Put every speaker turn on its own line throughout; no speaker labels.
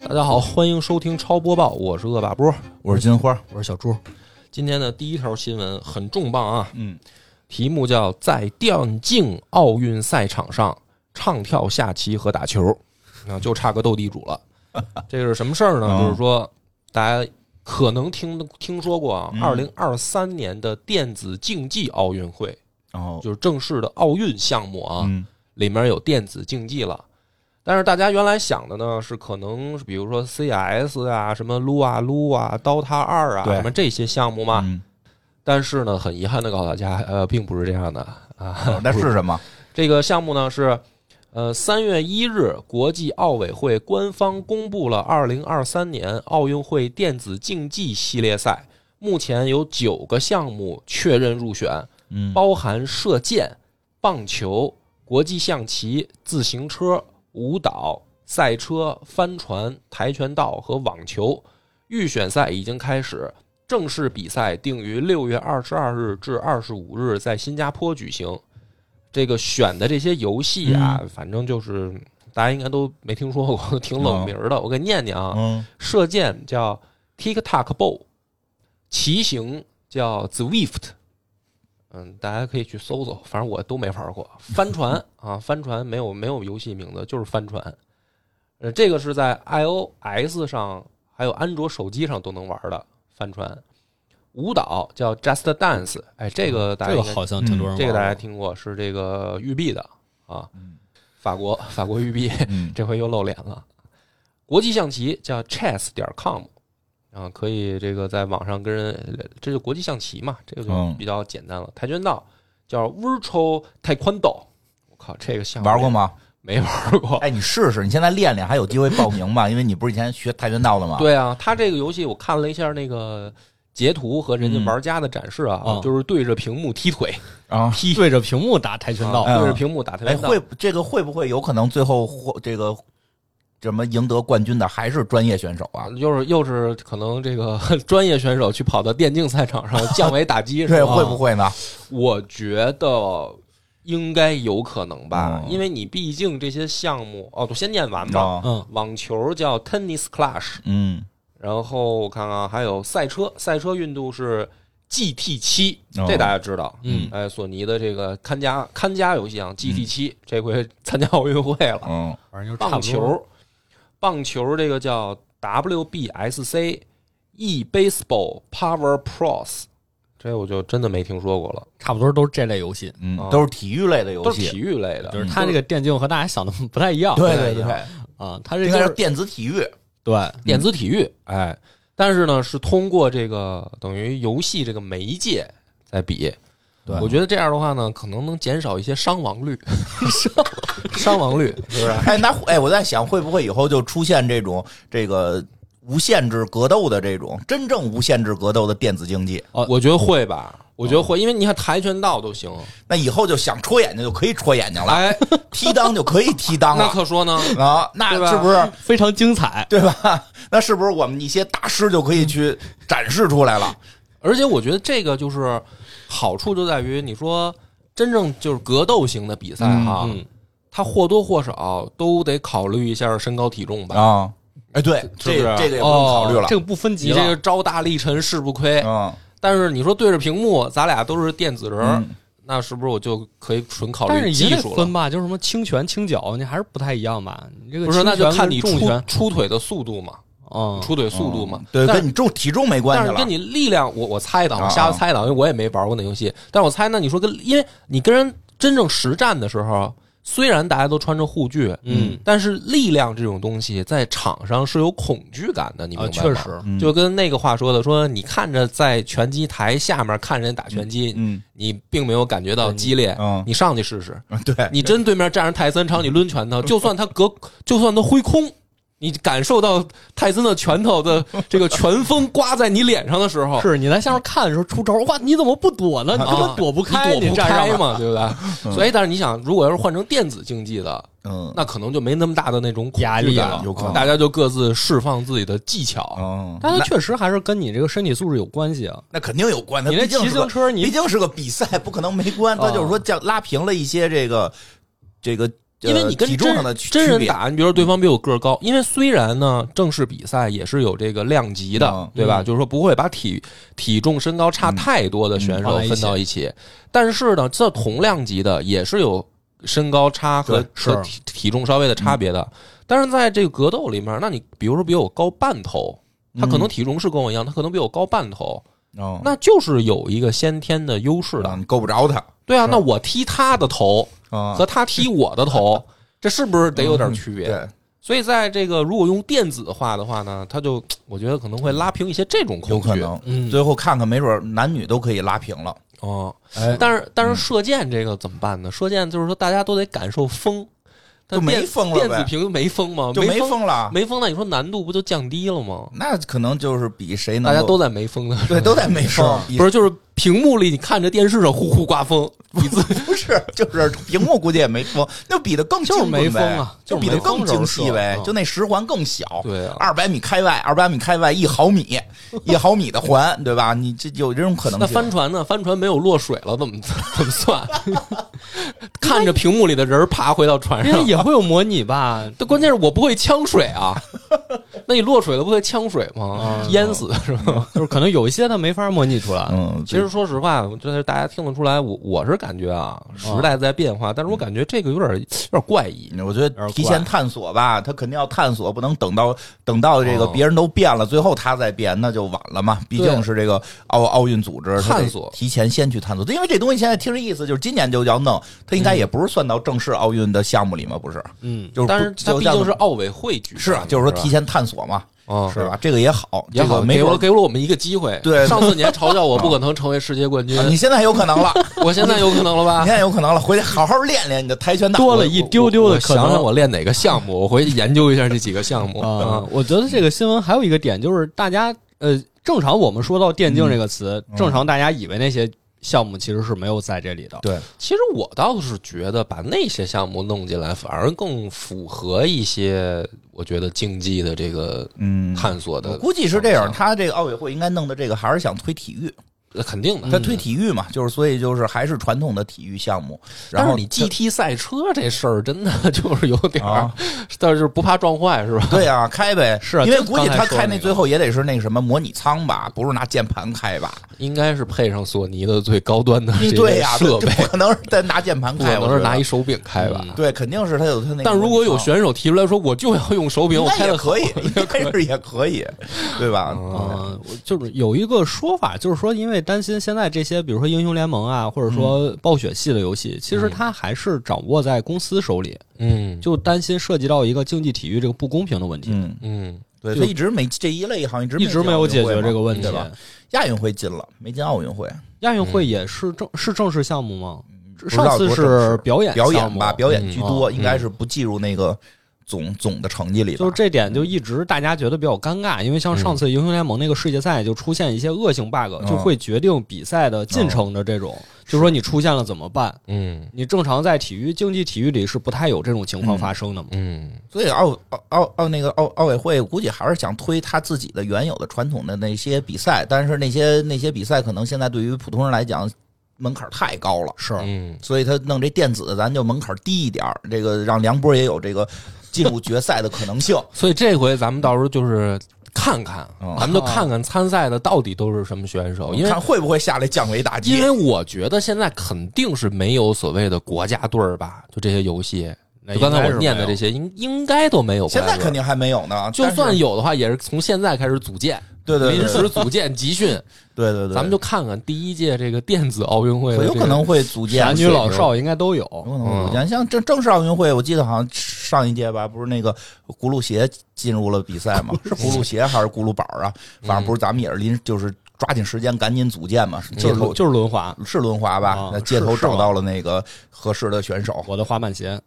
大家好，欢迎收听超播报，我是恶霸波。
我是金花，
我是小朱，
今天的第一条新闻很重磅啊，
嗯，
题目叫在电竞奥运赛场上唱跳下棋和打球，啊，就差个斗地主 了。这是什么事儿呢？
嗯
就是说大家可能听听说过
嗯
啊，二零二三年的电子竞技奥运会，
然
哦
后
就是正式的奥运项目哦啊，
嗯
里面有电子竞技了。但是大家原来想的呢，是可能是比如说 CS 啊、什么撸啊撸啊、DOTA 二啊，
对
什么这些项目嘛。
嗯，
但是呢，很遗憾的告诉大家，呃，并不是这样的 啊。
哦那 是什么？
这个项目呢是，呃，三月一日，国际奥委会官方公布了二零二三年奥运会电子竞技系列赛，目前有九个项目确认入选，
嗯
包含射箭、棒球、国际象棋、自行车、舞蹈、赛车、帆船、跆拳道和网球。预选赛已经开始，正式比赛定于六月二十二日至二十五日在新加坡举行。这个选的这些游戏啊，反正就是大家应该都没听说过， 挺冷门的。我给念念啊，
嗯
射箭叫 TikTok Bow，骑行叫 Zwift，嗯，大家可以去搜搜，反正我都没玩过。帆 船啊，帆船没有没有游戏名字，就是帆船。呃，这个是在 iOS 上还有安卓手机上都能玩的帆船。舞蹈叫 Just Dance，哎，这个大家
这个
应该
好像挺多人玩嗯
这个大家听过，是这个育碧的啊，法国法国育碧。
嗯，
这回又露脸了。国际象棋叫 chess 点 com，啊，可以这个在网上跟人，这就国际象棋嘛，这个就
嗯
比较简单了。跆拳道叫 virtual taekwondo，我靠，这个项目
嗯玩过？吗？
没玩过。
哎，你试试，你现在练练，还有机会报名吧？因为你不是以前学跆拳道的吗？，
对啊，他这个游戏我看了一下那个截图和人家
嗯
玩家的展示啊，
哦
就是对着屏幕踢腿，
啊，
踢
对着屏幕打跆拳道，
啊
嗯
对着屏幕打跆
哎，
拳道。
会这个会不会有可能最后获这个什么赢得冠军的还是专业选手啊？
又是又是可能这个 专业选手去跑到电竞赛场 上降维打击，
对，
是吧
会不会呢？
我觉得应该有可能吧，
嗯
因为你毕竟这些项目哦，我先念完吧。
啊，
嗯，
网球叫 Tennis Clash，
嗯，
然后我看看还有赛车，赛车运动是 GT 七，
哦
这大家知道。
嗯
哎，索尼的这个看家看家游戏啊，GT 七这回参加奥运会了。
嗯，
反正就嗯哦差
棒
不多。
球，棒球这个叫 WBSC E Baseball Power Pros，这我就真的没听说过了，
差不多都是这类游戏，
嗯，
啊
都是体育类的游
都是体
戏，
育类的嗯
就。是它这个电竞和大家想的不太一样。
对
对
对对，
啊，它这
应
就
该是
是
电子体育，
对
电子体育，哎，但是呢，是通过这个等于游戏这个媒介在比。
对
我觉得这样的话呢，可能能减少一些伤亡 率，伤伤亡率是不是？
哎，那哎，我在想，会不会以后就出现这种这个无限制格斗的这种真正无限制格斗的电子竞技？
哦
我觉得会吧，我觉得会，因为你看跆拳道都行，
那以后就想戳眼睛就可以戳眼睛了，
哎，
踢裆就可以踢裆
那
了
可说呢，
啊！那
对吧
是不是
非常精彩。
对吧？那是不是我们一些大师就可以去展示出来了？
而且我觉得这个就是好处就在于，你说真正就是格斗型的比赛哈，
嗯嗯
它或多或少都得考虑一下身高体重吧。
啊，哎，对，
是
这
不是
这个也不用考虑了
哦这。个不分级
你这个
了，
招大力沉誓不亏，
嗯，
但是你说对着屏幕，咱俩都是电子人儿，
嗯
那是不是我就可以纯考
但是
虑技
也得
术了
分？吧，就是什么轻拳、轻脚，你还是不太一样吧？你这个
不是，
轻
那就
拳
看
跟
你
重
出
拳，
出腿的速度嘛，
嗯，
出腿速度嘛。
对，
但
跟你重体重没关
但
系
是跟
了。
你力量，我我猜的，
啊
我瞎猜的，因为我也没玩过那游戏。但我猜，那你说跟，因为你跟人真正实战的时候，虽然大家都穿着护具，
嗯，
但是力量这种东西在场上是有恐惧感的，你明
啊，
白吗？
确实，
嗯
就跟那个话说的，说你看着在拳击台下面看人家打拳击，
嗯
你并没有感觉到激烈，
嗯
你上去试试，
对，
你真对面站着泰森朝你抡拳
嗯
头，就算他隔，就算他挥空，你感受到泰森的拳头 的这个拳风刮在你脸上的时候，
是你在下面看的时候出招，哇，你怎么不躲呢？你根
啊
本躲不开，
你躲不
站上嗯
开
面
嘛，对不对？所以，但是你想，如果要是换成电子竞技的，
嗯
那可能就没那么大的那种恐
压
惧
力啊
感
了
有可能
大家就各自释放自己的技巧。
嗯，
但它确实还是跟你这个身体素质有关系啊。
那肯定有关的。
你这
毕竟
骑
是个
自行车，
毕
你
竟是个比赛，不可能没关。
啊
他就是说，降拉平了一些这个这个
哦
呃
因为你跟
体重上的
真
区
真人
区别
打，你比如说对方比我个儿高，因为虽然呢正式比赛也是有这个量级的
嗯，
对吧？
嗯
就是说不会把体体重身高差太多的选手
嗯
分到一起，但是呢，这同量级的也是有身高差和
对是
和体体重稍微的差别
嗯
的。但是在这个格斗里面，那你比如说比我高半头，他
嗯
可能体重是跟我一样，他可能比我高半头，
哦，
那就是有一个先天的优势的。
你够不着他
对啊，那我踢他的头
啊，嗯
和他踢我的 头，这是不是得有点区别？
对，
所以在这个如果用电子化的话呢，它就我觉得可能会拉平一些这种恐惧。
有可能。
嗯，
最后看看，没准儿男女都可以拉平了。
哦，
哎，
但
嗯
是但是射箭这个怎么办呢？射箭就是说大家都得感受风，但
就没
电
风了呗
电子屏就没风吗？
就没
没
风了，
没风，那你说难度不就降低了吗？
那可能就是比谁能
大家
够
都在没风的，
对都在没风，
不是就是屏幕里你看着电视上呼呼刮风，你自
比不是就是屏幕估计也没风，那比的更精准呗
就是没风啊
就
就是
比
没
的
风
更精细呗
时候，
就那十环更小，
对啊
二百米开外，二百米开外一毫米，一毫米的环，对吧？你这有这种 可能
那
性。
帆船呢？帆船没有落水了，怎么怎么 算？看着屏幕里的人儿爬回到船
应该
上，
也会有模拟吧？
但关键是我不会呛水 啊。那你落水了不会呛水吗？淹死是吧？
就是可能有一些它没法模拟出来。
嗯，
啊其实说实话，我觉得大家听得出来，我我是感觉啊，嗯时代在变化，但是我感觉这个有点有点怪异。
我觉
点
得
怪
提前探索吧，他肯定要探索，不能等到等到这个
哦
别人都变了，最后他再变，那就晚了嘛。毕竟是这个奥奥运组织
探索
他得提前先去探索，因为这东西现在听这意思就是今年就要弄，他应该也不是算到正式奥运的项目里嘛，不是？
嗯，
就是不
但是它
就
毕
像
竟是奥委会举
是啊
办的，
就是说
嗯
提
吧
前探索嘛，
嗯
是吧？这个也好，
也
这
好，
个没
给
准
了
儿。
给了我们一个机会。
对
上次你还嘲笑我不可能成为世界冠军
啊，你现在有可能 了，
我现在有可能了吧
你现？在有可能了，回去好好练练你的跆拳道。
多了一丢丢
我
的可能。
想想我练哪个项目，我回去研究一下这几个项目
嗯
啊，。我觉得这个新闻还有一个点就是，大家呃，正常我们说到电竞这个词，
嗯
正常大家以为那些项目其实是没有在这里的。
对，
其实我倒是觉得把那些项目弄进来，反而更符合一些我觉得竞技的这个
嗯，
探索的
我。估计是这样，
嗯
他这个奥委会应该弄的这个还是想推体育，
呃肯定
他
的。
推体育嘛，就是所以就是还是传统的体育项目。然
但
后
是你 GT 赛车这事儿真的 就是有点儿
啊，
但是不怕撞坏是吧？
对啊，开呗，
是啊
因为
就
估计
刚才
他
说
开
那
那
个
最后也得是那个什么模拟舱吧，不是拿键盘开吧？
应该是配上索尼的最高端的这
嗯对
个
呀，
设
这
备，
不可能是单拿键盘
不
开，
可
我
能是
觉得
拿一手柄开吧？
对，肯定是他有他那个。
但如果有，选手提出来说我就要用手柄，我
那
开
也
的
可以，应该是也可 以，对吧？
嗯，我就是有一个说法，就是说，因为担心现在这些，比如说英雄联盟啊，或者
嗯
说暴雪系的游戏，其实它还是掌握在公司手里，
嗯
就担心涉及到一个竞技体育这个不公平的问题，
嗯，
嗯，
对，
就
他一直没这一类好像一直
一直没有解决这个问题嗯
对。吧？亚运会进了，没进奥运会，
亚运会也是正是正式项目吗？
嗯知道
上次
多正
是
式
表演
表
项
演
目
吧，表演居多，
嗯
应该是不计入那个总总的成绩里吧。
就是这点就一直大家觉得比较尴尬，因为像上次英雄联盟那个世界赛就出现一些恶性 bug，、
嗯
就会决定比赛的进程的这种，就说你出现了怎么办？
嗯
你正常在体育竞技体育里是不太有这种情况发生的嘛？
嗯，
所以奥奥奥奥那个奥奥委会估计还是想推他自己的原有的传统的那些比赛，但是那些那些比赛可能现在对于普通人来讲门槛太高了，
是，
嗯，
所以他弄这电子咱就门槛低一点儿，这个让梁波也有这个进入决赛的可能性。
所以这回咱们到时候就是看看，
嗯哦
咱们就看看参赛的到底都是什么选手，哦因为
看会不会下来降维打击，
因为我觉得现在肯定是没有所谓的国家队儿吧，就这些游戏，
那
就刚才
应该
我
是
念的
没
这些，
有，
应应该都没有国
现
家队儿。
在肯定还没有呢。
就
但是
算有的话，也是从现在开始组建，
对对对
临时组建集训，
对对对，
咱们就看看第一届这个电子奥运会的
有
这
可
个
能会组建
男女老少应该都有。嗯
有可能
嗯
会像正正式奥运会，我记得好像上一届吧，不是那个轱辘鞋进入了比赛嘛？是轱辘鞋还是轱辘板儿啊？
嗯
反正不是，咱们也是临就是抓紧时间赶紧组建嘛。街
就是
头
轮就是轮滑，
是轮滑吧
啊？
那街头
是是吗
找到了那个合适的选手，
我的滑板鞋，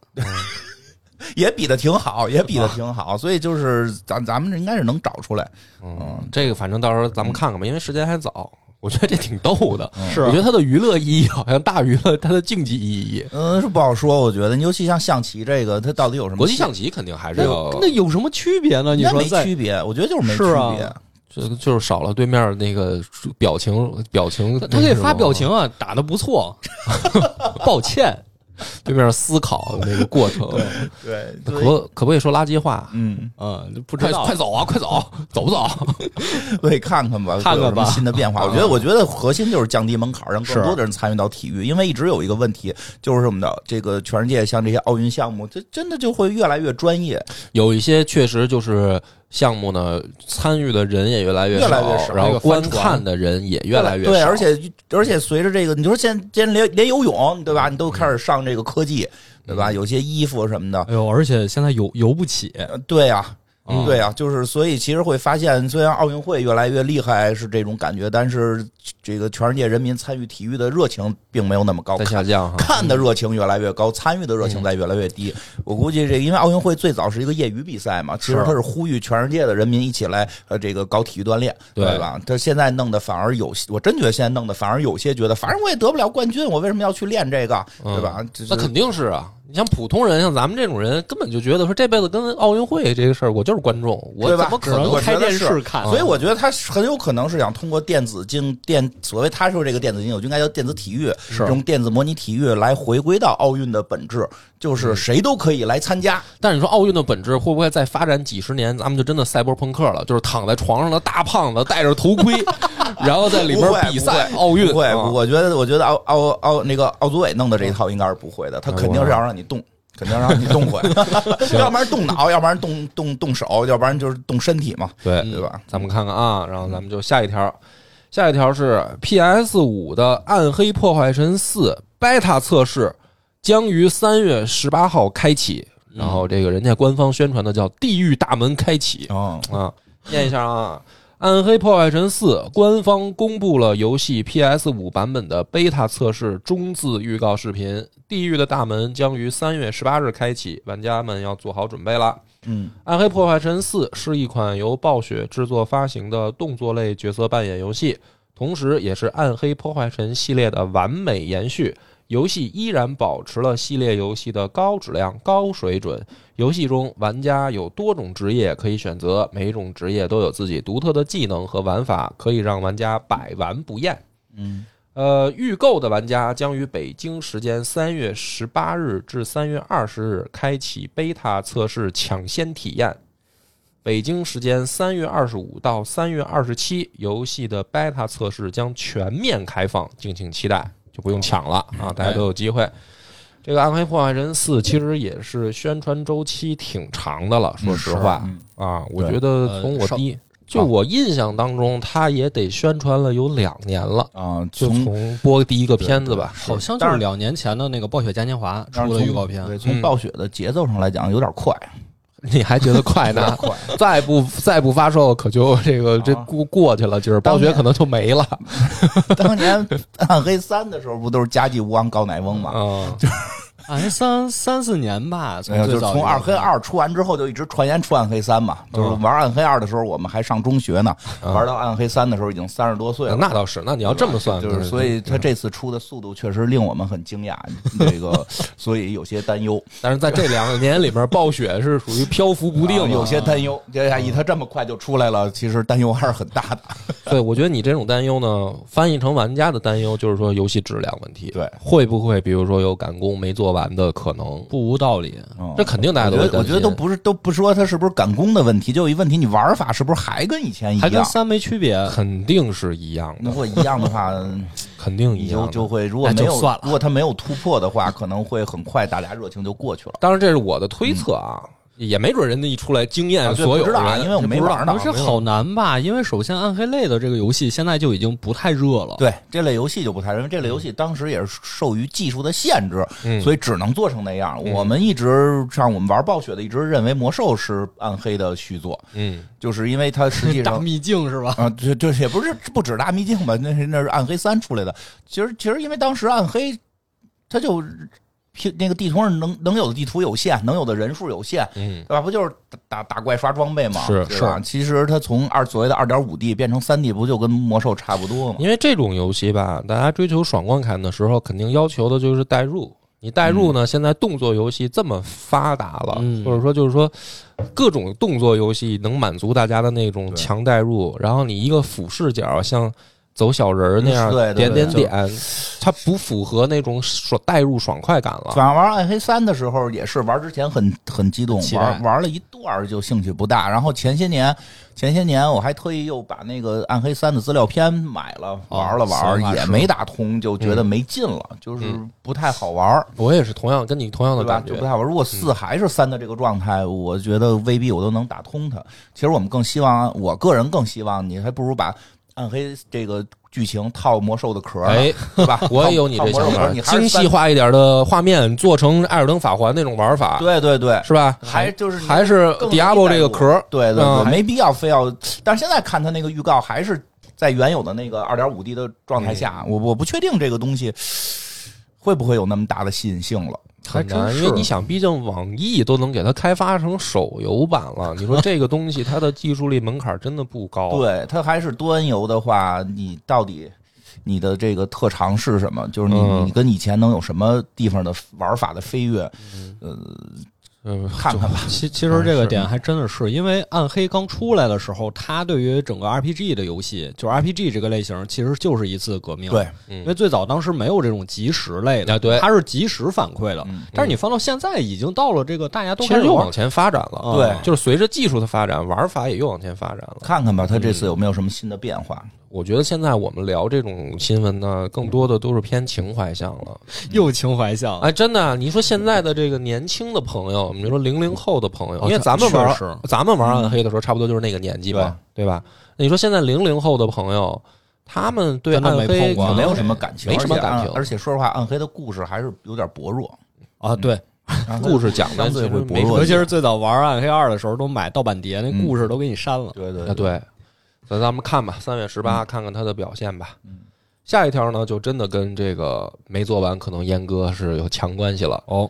也比的挺好，也比的挺
啊
好。所以就是咱咱们应该是能找出来。
嗯，这个反正到时候咱们看看吧，因为时间还早，我觉得这挺逗的。
是
我觉得它的娱乐意义好像大于了它的竞技意义。
嗯，是不好说，我觉得，尤其像象棋这个，它到底有什么
国际象棋肯定还是
那
要，
那有什么区别呢？你
应该
说
没
在
区别？我觉得就是没区
是啊
别。
就就是少了对面那个表情表情，
他可以发表情啊，打的不错，抱歉，
对面思考那个 过程。
对，
可
所以
不可不可以说垃圾话？
嗯，
嗯，就不知
快
道
快走啊，快走，走不走？
所以看看吧，
嗯看看吧
有什么新的变化。
啊
我觉得，我觉得核心就是降低门槛，让更
是
多的人参与到体育。因为一直有一个问题，就是什么的，这个全世界像这些奥运项目，这真的就会越来越专业。
有一些确实就是项目呢，参与的人也越来越
越来越少
然
那
后
个
观
帆船
看的人也越来越少。
对，而且而且随着这个，你说现在现在连连游泳，对吧？你都开
嗯
始上这个科技，对吧？有些衣服什么的，
哎呦，而且现在游游不起，
哎
呃对呀、
嗯
对呀、啊就是所以其实会发现，虽然奥运会越来越厉害是这种感觉，但是这个全世界人民参与体育的热情并没有那么高
在。下降哈。
看的热情越来越高，参与的热情在越来越低。我估计这因为奥运会最早是一个业余比赛嘛，其实它是呼吁全世界的人民一起来呃这个搞体育锻炼，
对
对吧？它现在弄的反而有，我真觉得现在弄的反而有些觉得，反正我也得不了冠军，我为什么要去练这个，
嗯
对吧？这
那
是
肯定是啊！你像普通人，像咱们这种人，根本就觉得说这辈子跟奥运会这个事儿，我就是观众，我
对吧
怎么
只
可能
我能觉
开
得
电
是
视
啊
看。
所以我觉得他很有可能是想通过电子竞电，所谓他说这个电子竞技，我就应该叫电子体育，
是
用电子模拟体育来回归到奥运的本质，就是谁都可以来参加。
但是你说奥运的本质会不会再发展几十年，咱们就真的赛博朋克了？就是躺在床上的大胖子戴着头 盔，然后在里边
不会
比赛奥运。
不会，
啊
我觉得，我觉得奥奥奥那个奥组委弄的这一套应该是不会的，他肯定是要让你动。肯定让你动 会，要不然动脑，要不然动动动手，要不然就是动身体嘛，
对
对吧？
咱们看看啊，然后咱们就下一条，下一条是 PS 五的《暗黑破坏神四》beta 测试将于三月十八号开启，然后这个人家官方宣传的叫“地狱大门开启”，
哦，
啊，念一下啊，《暗黑破坏神四》官方公布了游戏 PS 五版本的 beta 测试中字预告视频，《地狱的大门》将于三月十八日开启，玩家们要做好准备啦。
嗯，
《暗黑破坏神四》是一款由暴雪制作发行的动作类角色扮演游戏，同时也是《暗黑破坏神》系列的完美延续。游戏依然保持了系列游戏的高质量、高水准。游戏中，玩家有多种职业可以选择，每种职业都有自己独特的技能和玩法，可以让玩家百玩不厌。
嗯，
呃，预购的玩家将于北京时间三月十八日至三月二十日开启 beta 测试抢先体验。北京时间三月二十五到三月二十七，游戏的 beta 测试将全面开放，敬请期待。就不用抢了
嗯
啊，大家都有机会。这个《暗黑破坏神四》其实也是宣传周期挺长的了，说实话、
嗯
啊，我
对啊
觉得从我
呃少
第一就我印象当中，它也得宣传了有两年了。
啊，
就
从
从播第一个片子吧。
好像就
但
是
是
两年前的那个《暴雪嘉年华》
当然
出的
从
预告片，
对，
嗯
从暴雪的节奏上来讲有点快，
你还觉得快
有 点
呢？
快。
再不再不发售，可就这个这
啊
过过去了，就是暴
当
雪
年
可能就没了。
当 年《暗黑三》的时候不都是家祭无昂告乃翁嘛？
嗯，
好像哎三三四年吧，从
没哎有，就
嗯最
是
早
从《
的
暗黑二》出完之后，就一直传言出《暗黑三》嘛。就是
嗯
玩《暗黑二》的时候，我们还上中学呢，玩到《暗黑三》的时候已经三十多岁了。
那倒是，那你要这么算，
就是，所以他这次出的速度确实令我们很惊讶， 这个，所以有些担忧，
但是在这两年里面，暴雪是属于漂浮不定
啊
的。
有些担忧。这下以他这么快就出来了，其实担忧还是很大的。
对，我觉得你这种担忧呢，翻译成玩家的担忧就是说游戏质量问题，
对
会不会比如说有赶工没做完的可能？
不无道理。
嗯
这肯定大家
我
都
觉
会
得，我
担
觉得
心
都不是都不说他是不是赶工的问题，就有一问题，你玩法是不是还跟以前一
还 跟
样？
三没区别。
肯定是一样
如
的，
果一样的话，
肯定一
你
样
就
的
就会如果
那就
没有
算了
如果他没有突破的话，可能会很快大家热情就过去了。
当然这是我的推测啊，也没准人家一出来惊
嗯啊
艳
对
哎所有
不知道啊
人
因为我
这
没
不知道
玩
可
呢
没
是
有
好难吧？因为首先暗黑类的这个游戏现在就已经不太热了。，
对这类游戏就不太，因为这类游戏当时也是受于技术的限制，
嗯
所以只能做成那样。我们一直像我们玩暴雪的，一直认为魔兽是暗黑的续作，
嗯，
就是因为它 实际
大
上。
秘境是吧？
啊，就就也不是不止大秘境吧，那是那是暗黑三出来的。其实其实因为当时暗黑，它就 那个地图上能能有的地图有限，能有的人数有限，
嗯，
对吧？不就是打打打怪刷装备吗？
是
对吧？其实它从二所谓的二点五 D 变成三 D，不就跟魔兽差不多吗？
因为这种游戏吧，大家追求爽快感的时候，肯定要求的就是代入。你代入
嗯
呢，现在动作游戏这么发达了，
嗯
或者说就是说各种动作游戏能满足大家的那种
对
强代入，然后你一个俯视角，像走小人儿那样
嗯对对
点
对
点点，它不符合那种爽带入爽快感了。
反正玩暗黑三的时候也是玩之前很很激动，
期待
玩玩了一段儿就兴趣不大。然后前些年前些年我还特意又把那个暗黑三的资料片买了
哦
玩了玩儿，
想法是
也没打通，就
嗯
觉得没劲了，就是不太好玩儿，
我也是同样跟你同样的
对
嗯
吧？
感
就
觉嗯
不太，好玩儿。如果四还是三的这个状态，我觉得未必我都能打通它。其实我们更希望，我个人更希望你还不如把暗黑这个剧情套魔兽的壳儿呢，
哎，
对吧？
我也有你
套
这
套
想
魔兽壳
法
儿，你，还是
精
三
细化一点的画面，做成《艾尔登法环》那种玩法，
对对对。
是吧？
还就是你
还是
更容易
Diablo
带
这个
入
壳儿，
对对
嗯
对，没必要非要。但是现在看他那个预告，还是在原有的那个二点五 D 的
嗯
状态下，我我不确定这个东西会不会有那么大的吸引性了。
很难，因为你想，毕竟网易都能给它开发成手游版了，你说这个东西它的技术力门槛真的不高。
对，它还是端游的话，你到底你的这个特长是什么？就是你、
嗯
你跟以前能有什么地方的玩法的飞跃？呃
嗯，
看看吧。
其其实这
嗯
个
是
点还真的是，因为《暗黑》刚出来的时候，它对于整个 RPG 的游戏，就是 RPG 这个类型，其实就是一次革命。，
对，
因为最早当时没有这种即时类的，
啊对
它是即时反馈的。
嗯
但是你放到现在，已经到了这个大家都
其
开
实
始
又
玩
往前发展了，
对
就是随着技术的发展，玩法也又往前发展了。
看看吧，它这次有没有什么新的变化？
我觉得现在我们聊这种新闻呢，更多的都是偏情怀向了。
又情怀向，
哎，真的啊，你说现在的这个年轻的朋友，你说零零后的朋友，
哦
因为咱们
确实
玩咱们玩暗黑的时候，差不多就是那个年纪嘛，对吧？那你说现在零零后的朋友，他们对
真的
暗
没碰
黑
过
可
没
能
有什么感情，
没什么
而且
感
暗
情
而且说实话，暗黑的故事还是有点薄弱。
啊，对，
故事讲的
相
其
对
实
会薄
没
弱
什
一
么
尤
点
其是最早玩《暗黑二》的时候，都买盗版碟，那
嗯
故事都给你删了。
对对
啊，对，嗯那咱们看吧，三月十八看看他的表现吧。下一条呢，就真的跟这个没做完可能阉割是有强关系了。
哦，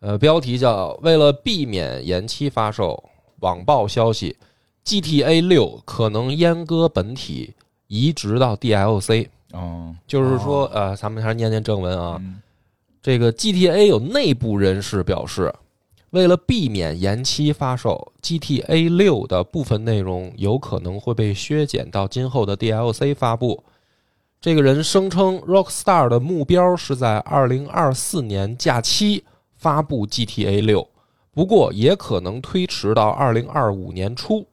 呃，标题叫“为了避免延期发售”，网曝消息，GTA 六可能阉割本体，移植到 DLC。
嗯，
就是说，呃，咱们还是念念正文啊。
嗯
这个 GTA 有内部人士表示，为了避免延期发售，GTA 六的部分内容有可能会被削减到今后的 DLC 发布。这个人声称，Rockstar 的目标是在2024年假期发布 GTA 六，不过也可能推迟到2025年初。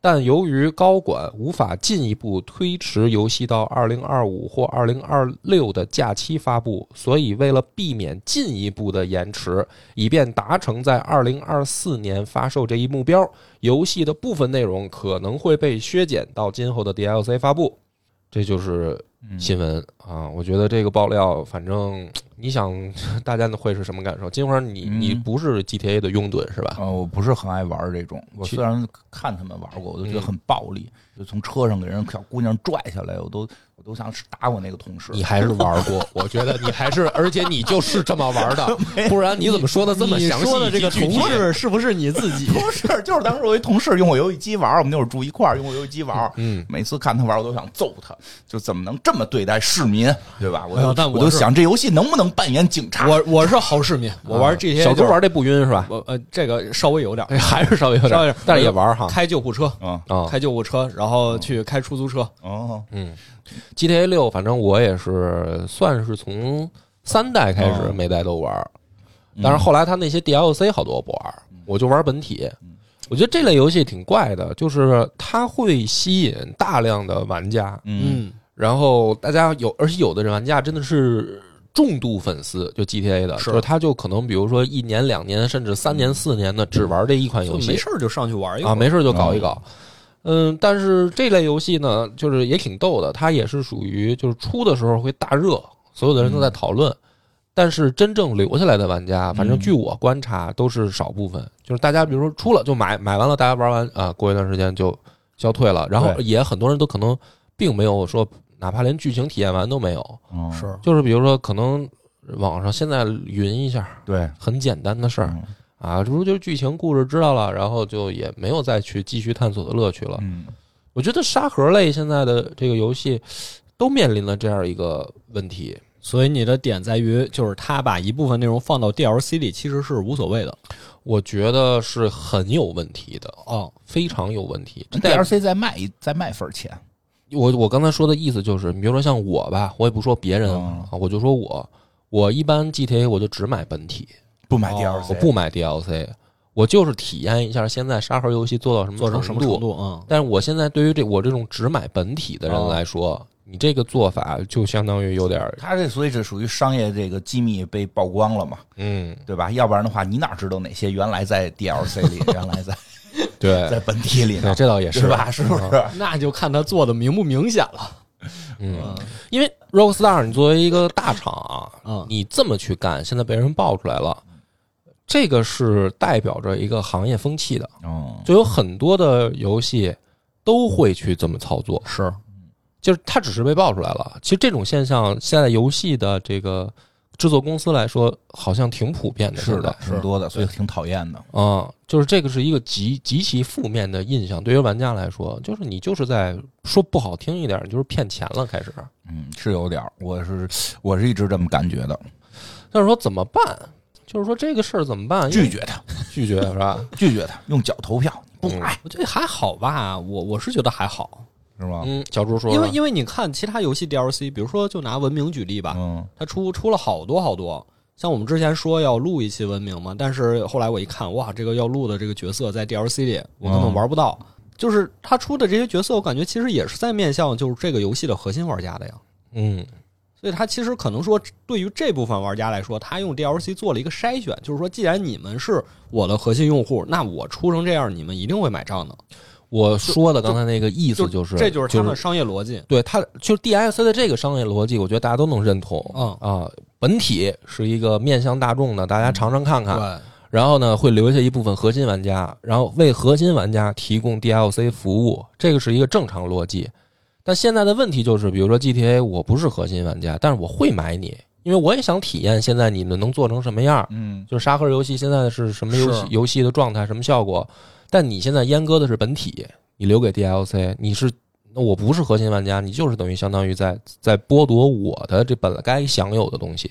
但由于高管无法进一步推迟游戏到二零二五或二零二六的假期发布，所以为了避免进一步的延迟，以便达成在二零二四年发售这一目标，游戏的部分内容可能会被削减到今后的 DLC 发布。这就是新闻啊！我觉得这个爆料，反正你想，大家会是什么感受？金花，你你
嗯
不是 GTA 的拥趸是吧？
呃，我不是很爱玩这种。我
去
虽然看他们玩过，我都觉得很暴力，就从车上给人小姑娘拽下来，我都我都想打我那个同事。
你还是玩过，我觉得你还是，而且你就是这么玩的，不然你怎么说的这么
啊你
详细？
说的这个
以及具体
同事是不是你自己？
不是，就是当时我一同事用我游戏机玩，我们那会儿住一块儿，用我游戏机玩。
嗯，
每次看他玩，我都想揍他，就怎么能这么对待市民，对吧？我
哎
就
呦但
我
我
就是想这游戏能不能扮演警察？
我我是好市民，我玩 GTA
小
就
哥
是
玩这不晕是吧？
我呃，这个稍微有点儿，
还是稍微有
稍微 有
点
点，
但是也玩哈。
开救护车，
嗯
啊，
开救护车，然后去开出租车。
哦，
嗯，GTA 六，反正我也是算是从三代开始
哦
每代都玩，但是后来他那些 DLC 好多我不玩，我就玩本体。我觉得这类游戏挺怪的，就是它会吸引大量的玩家，
嗯
嗯，
然后大家有，而且有的人玩家真的是重度粉丝，就 GTA 的，
是嗯
就是他就可能比如说一年、两年，甚至三年、四年的只玩这一款
就
游
没
戏
事儿就上去玩一会
啊，
儿。
没事就搞一搞。嗯，但是这类游戏呢，就是也挺逗的，它也是属于就是出的时候会大热，所有的人都在讨论。但是真正留下来的玩家，反正据我观察都是少部分，就是大家比如说出了就买，买完了大家玩完啊，过一段时间就消退了，然后
对
也很多人都可能并没有说，哪怕连剧情体验完都没有，
嗯，
是
就是比如说可能网上现在云一下，
对，
很简单的事儿
嗯
啊，这不就是剧情故事知道了，然后就也没有再去继续探索的乐趣了。
嗯，
我觉得沙盒类现在的这个游戏都面临了这样一个问题，
所以你的点在于，就是他把一部分内容放到 DLC 里，其实是无所谓的。
我觉得是很有问题的，
哦，
非常有问题。这代
DLC 再卖一再卖份儿钱，
我我刚才说的意思就是，你比如说像我吧，我也不说别人
嗯
啊，我就说我，我一般 GTA 我就只买本体，
不买
哦
DLC，
我不买 DLC，我就是体验一下现在沙盒游戏做到什么
做成什么程
度。
度啊？
但是我现在对于这我这种只买本体的人来说，你这个做法就相当于有点儿，
他这所以这属于商业这个机密被曝光了嘛，
嗯，
对吧？要不然的话，你哪知道哪些原来在 DLC 里，原来在
对，
在本体里
对，
呢？
这倒也是
是吧？是不是？
那就看他做的明不明显了。
嗯，因为 Rockstar 你作为一个大厂啊，
嗯
你这么去干，现在被人爆出来了，这个是代表着一个行业风气的，
嗯，
就有很多的游戏都会去这么操作，
是，
就是它只是被爆出来了。其实这种现象，现在游戏的这个制作公司来说，好像挺普遍的，
是
现在
的，挺多的，所以挺讨厌的。
啊、就是这个是一个极极其负面的印象，对于玩家来说，就是你就是在说不好听一点，你就是骗钱了，开始。
嗯，是有点儿，我是我是一直这么感觉的。
但是说怎么办？就是说这个事儿怎么办？因为
拒绝他，
拒绝是吧？
拒绝他，用脚投票，不买
我觉得还好吧，我我是觉得还好，
是吗？
嗯，小猪说，
因为因为你看其他游戏 DLC，比如说就拿文明举例吧，
嗯，
它出出了好多好多。像我们之前说要录一期文明嘛，但是后来我一看，哇，这个要录的这个角色在 DLC 里我根本玩不到。就是他出的这些角色，我感觉其实也是在面向就是这个游戏的核心玩家的呀。
嗯
所以他其实可能说，对于这部分玩家来说，他用 DLC 做了一个筛选，就是说，既然你们是我的核心用户，那我出成这样，你们一定会买账的。
我说的刚才那个意思，
就是这
就是
他们商业逻辑。
对他就是 DLC 的这个商业逻辑，我觉得大家都能认同。
嗯，
啊，本体是一个面向大众的，大家尝尝看看。
对，
然后呢，会留下一部分核心玩家，然后为核心玩家提供 DLC 服务，这个是一个正常逻辑。但现在的问题就是，比如说 GTA，我不是核心玩家，但是我会买你，因为我也想体验现在你们能做成什么样儿。
嗯，
就是沙盒游戏现在是什么游戏
是
游戏的状态，什么效果？但你现在阉割的是本体，你留给 DLC，你是那我不是核心玩家，你就是等于相当于在在剥夺我的这本来该享有的东西。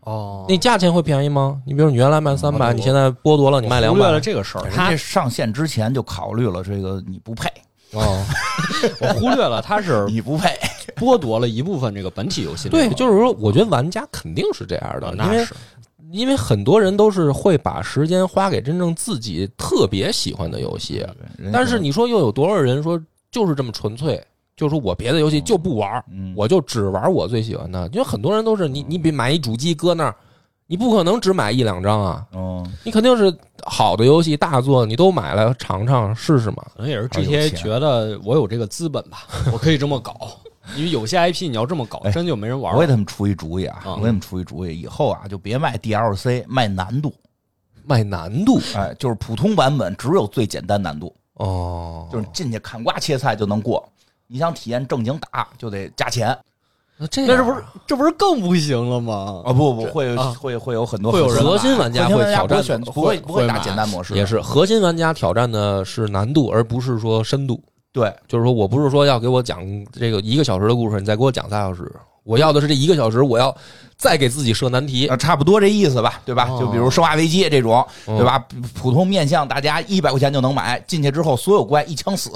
哦嗯
那价钱会便宜吗？你比如你原来卖三百，
我
你现在剥夺了你卖两
忽略
百
了，这个事儿，
人
他
家上线之前就考虑了这个，你不配，
哦，
我忽略了他 是
你不配，
剥夺了一部分这个本体游戏 内
对
容。，
就是说，我觉得玩家肯定是这样的，因
那
为
是
因为很多人都是会把时间花给真正自己特别喜欢的游戏，
人家
但是你说又有多少人说就是这么纯粹，就是说我别的游戏就不玩儿，
嗯，
我就只玩我最喜欢的，因为很多人都是
嗯
你你比买一主机搁那儿，你不可能只买一两张啊，
嗯，
你肯定是好的游戏大作你都买来尝尝试试嘛，
可能也是
好有
GTA
钱
觉得我有这个资本吧，我可以这么搞。因为有些 IP 你要这么搞，
哎
真就没人玩
我给
了。
他们出一主意啊，
嗯
我给他们出一主意，以后啊就别卖 DLC，卖难度，
卖难度
哎，就是普通版本只有最简单难度，
哦，
就是进去砍瓜切菜就能过。你想体验正经打，就得加钱啊！
那这
那
样啊
这不是这不是更不行了吗？
不不，会
啊
会会有很多
会有人
核心玩家
核心
会
玩家
挑
不会
战
选，不会啊不会打
买
简单模式的，
也是核心玩家挑战的是难度，而不是说深度。
对，
就是说我不是说要给我讲这个一个小时的故事，你再给我讲仨小时。我要的是这一个小时，我要再给自己设难题
呃，差不多这意思吧，对吧？
哦
就比如《生化危机》这种，
嗯
对吧？普通面向大家一百块钱就能买，进去之后所有怪一枪死，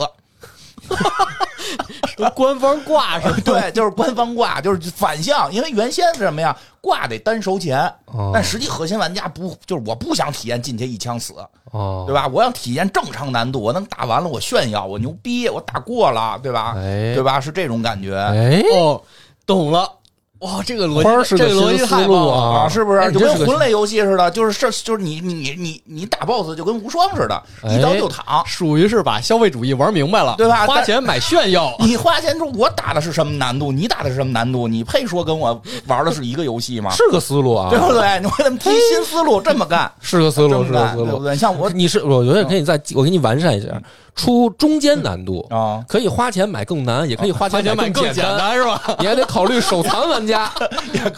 都官方
哦
挂上
对，就是官方挂，就是反向，因为原先是什么呀？挂得单收钱，
哦
但实际核心玩家不就是我不想体验进去一枪死，
哦
对吧？我想体验正常难度，我能打完了，我炫耀，我牛逼，我打过了，对吧？
哎
对吧？是这种感觉。
哎，
哦，懂了。哇，这个逻
花儿
辑，
是个
这个逻辑
新
太
思路
棒了！
啊
啊，是不
哎
是
你
就
真
跟
是个
魂类游戏似的？就是这就是你你你你打 BOSS 就跟无双似的，一刀
哎
就躺，
属于是把消费主义玩明白了，
对吧
花
但，
钱买炫耀
你花钱说我打的是什么难度，你打的是什么难度，你配说跟我玩的是一个游戏吗？
是个思路啊
对，不对？你给他们提新思路，这么干，
是个思
这
路，
么
是个
干，
思
对嗯不
路。
对？像我
你是我觉得可以再我给你完善一下，出中间难度，
啊，
可以花钱买更难，也可以花
花
钱
钱买
更
更简单是吧？
你还得考虑手残玩家，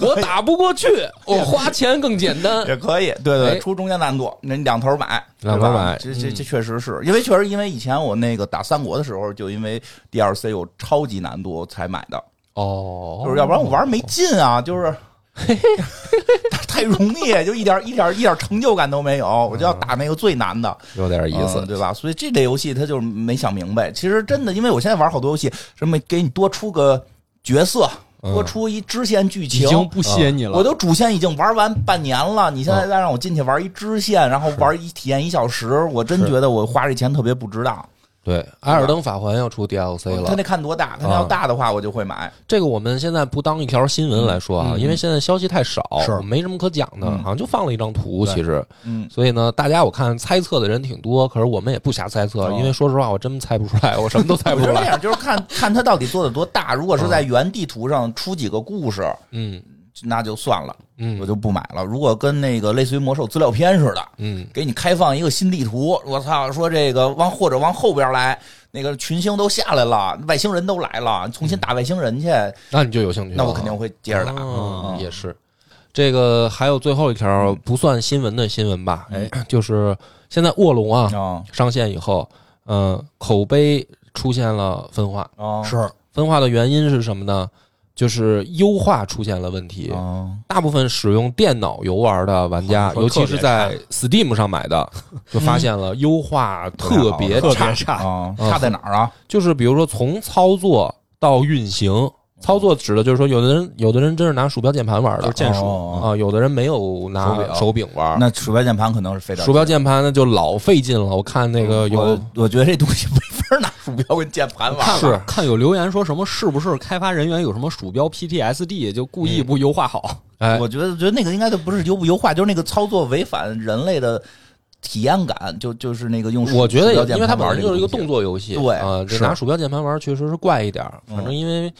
我打不过去，我花钱更简单。
也可以，对对，
哎
对出中间难度，那你两头买，
两头
对吧
买嗯
这这这确实是因为确实因为以前我那个打三国的时候，就因为 DLC 有超级难度才买的，
哦
就是要不然我玩没劲啊，就是 太容易，就一点一点一点成就感都没有。我就要打那个最难的，
有点嗯意思
嗯。对吧？所以这类游戏他就是没想明白。其实真的，因为我现在玩好多游戏，什么给你多出个角色，
嗯
多出一支线剧
已
情，
经不吸引你了。
我都主线已经玩完半年了，你现在再让我进去玩一支线，然后玩一体验一小时，我真
是
觉得我花这钱特别不值当。
对，《艾尔登法环》要出 DLC
他
了，啊
得看多大，他要大的话我就会买。
这个我们现在不当一条新闻来说啊，
嗯
因为现在消息太少，
是
没什么可讲的，
嗯
好像就放了一张图，
对
其实，
嗯，
所以呢，大家我看猜测的人挺多，可是我们也不瞎猜测，
哦
因为说实话，我真猜不出来，我 什么都猜
我
不啊
觉
出
得那
来。
样 就是看看他到底做的多大。如果是在原地图上出几个故事，
嗯
那就算了，我
嗯
就不买了。如果跟那个类似于魔兽资料片似的，
嗯，
给你开放一个新地图，我操，说这个往或者往后边来，那个群星都下来了，外星人都来了，重
嗯
新打外星人去，
那你就有兴趣了，
那我肯定会接着打。
哦
嗯
也是，这个还有最后一条不算新闻的新闻吧，嗯
哎，
就是现在卧龙啊
啊
上线以后，呃，口碑出现了分化，
啊
是
分化的原因是什么呢？就是优化出现了问题，
啊，
大部分使用电脑游玩的玩家，
好
尤其是在 Steam 上买的，就发现了优化特别
特
特
差
别，差，
啊，差在哪儿啊？
就是比如说从操作到运行，操作指的就是说，有的人有的人真是拿鼠标键盘玩
就是
的
键鼠
哦
啊，有的人没有拿
手柄
手柄玩，
那鼠标键盘可能是非得
鼠标键盘那就老费劲了。我看那个有
嗯我我觉得这东西没法拿鼠标跟键盘玩。
看
是
看有留言说什么是不是开发人员有什么鼠标 PTSD，就故意不优化好？
哎
我觉得觉得那个应该就不是优不优化，就是那个操作违反人类的体验感，就就是那个用鼠
我觉得
鼠标
也，
键
因为它
盘
本
玩
身就是一个动
作。
作游戏，
对
啊，这
是嗯
拿鼠标键盘玩确实是怪一点儿。反正因为，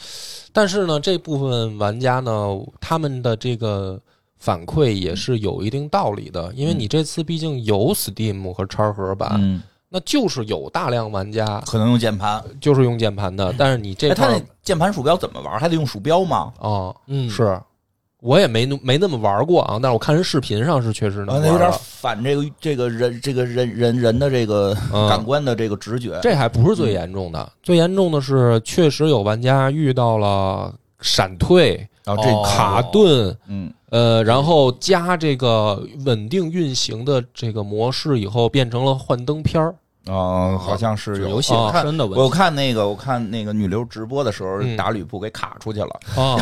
但是呢，这部分玩家呢，他们的这个反馈也是有一定道理的，因为你这次毕竟有 Steam 和叉盒版，
嗯，
那就是有大量玩家
可能用键盘。
就是用键盘的，但是你这
哎，
块
他
儿
那键盘鼠标怎么玩？还得用鼠标吗？
哦，
嗯，
是我也没那没那么玩过啊，但是我看人视频上是确实
啊，
能
那有
玩
点
了。
反这个这个人这个人人人的这个
嗯
感官的这个直觉。
这还不是最严重的，嗯最严重的是确实有玩家遇到了闪退、
然后
哦
这
卡顿，
嗯，
呃，然后加这个稳定运行的这个模式以后，变成了幻灯片儿。
哦，好像是
是
有
游戏
我
啊
本
看
身的问
我
题。
看那个，我看那个女流直播的时候
嗯，
打吕布给卡出去了，
啊，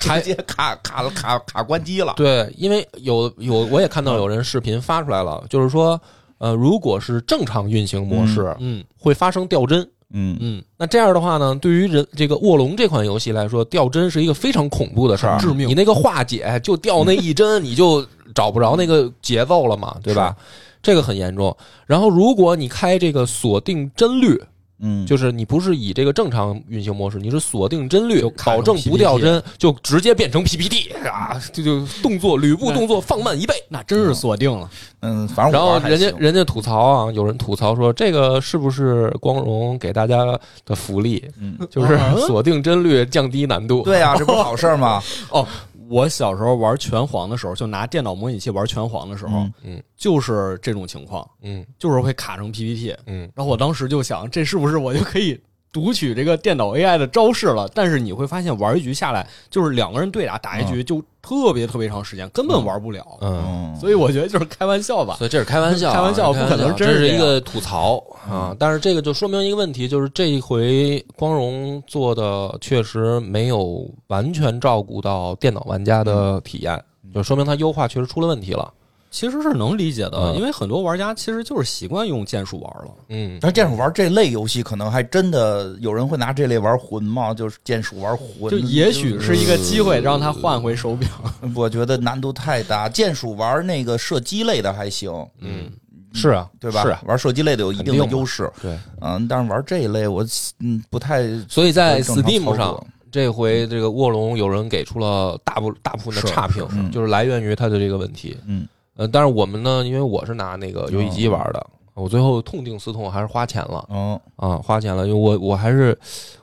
还
直接卡卡了卡卡关机了。
对，因为有有我也看到有人视频发出来了，就是说，呃，如果是正常运行模式，
嗯
会发生掉帧。
嗯
嗯，
那这样的话呢，对于人这个卧龙这款游戏来说，掉帧是一个非常恐怖的事儿，
致命
你那个化解就掉那一帧，你就找不着那个节奏了嘛，对吧？这个很严重。然后，如果你开这个锁定帧率，
嗯，
就是你不是以这个正常运行模式，你是锁定帧率
就，卡
保
成
证不掉
PPT
帧，就直接变成 PPT 啊，这就动作吕布动作放慢一倍。
那真是锁定了。
嗯，反正
然
我
后
玩还
人家
行
人家吐槽啊，有人吐槽说这个是不是光荣给大家的福利？
嗯，
就是
嗯
锁定帧率，降低难度。
对啊，这不是好事儿吗？
哦，我小时候玩拳皇的时候，就拿电脑模拟器玩拳皇的时候，
嗯
就是这种情况，
嗯
就是会卡成 PPT。
嗯，
然后我当时就想，这是不是我就可以读取这个电脑 AI 的招式了？但是你会发现，玩一局下来，就是两个人对打，打一局就特别特别长时间，根本玩不了。
嗯，
嗯，
所以我觉得就是开玩笑吧。
所以这是开玩笑啊，
开玩笑
这是
不可能
这
真是
是
这
一
样嗯
个吐槽啊。但是这个就说明一个问题，就是这一回光荣做的确实没有完全照顾到电脑玩家
嗯
的体验，就说明它优化确实出了问题了。
其实是能理解的，
嗯
因为很多玩家其实就是习惯用键鼠玩了。
嗯，
但键鼠玩这类游戏，可能还真的有人会拿这类玩魂吗？就是键鼠玩魂，
就也许是一个机会，让他换回手表。
我觉得难度太大。键鼠玩那个射击类的还行，
嗯，是啊，
对吧？
是啊，
玩射击类的有一定
肯
的
定嘛
优势，
对。
嗯，但是玩这一类我嗯不太
所以在
正常操
Steam
作
上，这回这个卧龙有人给出了大部大部分的
是啊嗯
差评，
是是
就是来源于它的这个问题。
嗯，
呃，但是我们呢，因为我是拿那个游戏
嗯
机玩的，我最后痛定思痛，还是花钱了
嗯
啊，花钱了。因为我我还是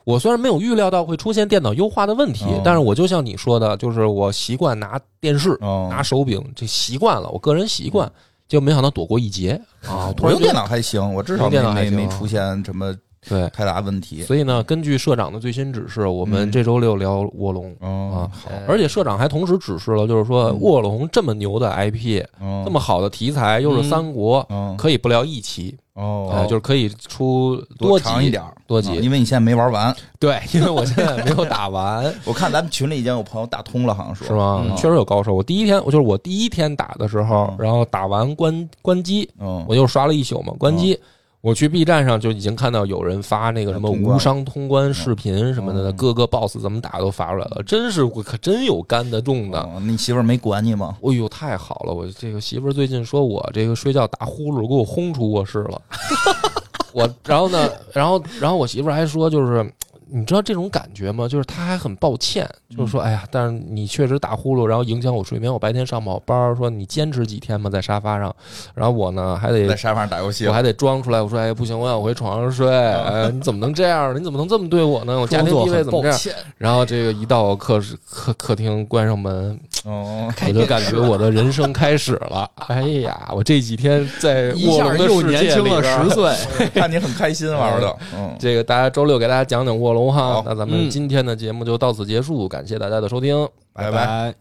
我虽然没有预料到会出现电脑优化的问题，
哦
但是我就像你说的，就是我习惯拿电视、
嗯，
拿手柄，这习惯了，我个人习惯，结果没想到躲过一劫啊！
我
躲过
用
一劫
电脑还行，我至
用
少没
电脑还
没
行啊啊
没出现什么
对，
太大问题。
所以呢，根据社长的最新指示，我们这周六聊卧龙。
嗯哦，
啊
好，
而且社长还同时指示了，就是说
嗯
卧龙这么牛的 IP，
哦
啊这么好的题材，又是三国，
哦
可以不聊一期，哎
哦，
就是可以出
多
集
长一点儿，
多集
啊因为你现在没玩完。
对， 因为我现在没有打完，
我看咱们群里已经有朋友打通了，好像说
是吗？
嗯
确实有高手。我第一天，我就是我第一天打的时候
嗯，
然后打完关关机，
嗯，
我就刷了一宿嘛，关机。我去 B 站上就已经看到有人发那个什么
通关
无伤通关视频什么的，
嗯
各个 BOSS 怎么打都发出来了，真是我可真有干得动的。
哦你媳妇儿没管你吗？
哎呦，太好了！我这个媳妇儿最近说我这个睡觉打呼噜，给我轰出卧室了。我然后呢，然后然后我媳妇儿还说，就是你知道这种感觉吗？就是她还很抱歉，就是说，哎呀，但是你确实打呼噜，然后影响我睡眠，我白天上不好班儿，说你坚持几天吧，在沙发上，然后我呢还得
在沙发上打游戏
我，还得装出来，我说哎不行，我想回床上睡。哎，你怎么能这样呢？你怎么能这么对我呢？我家庭地位怎么这样？然后这个一到客室客客厅关上门，
哦，
我就感觉我的人生开始了。 哎呀，我这几天在卧龙的世界里边儿。
岁。
看你很开心玩的，嗯，
这个大家周六给大家讲讲卧龙哈
好，
那咱们
嗯
今天的节目就到此结束，感谢大家的收听。
拜
拜。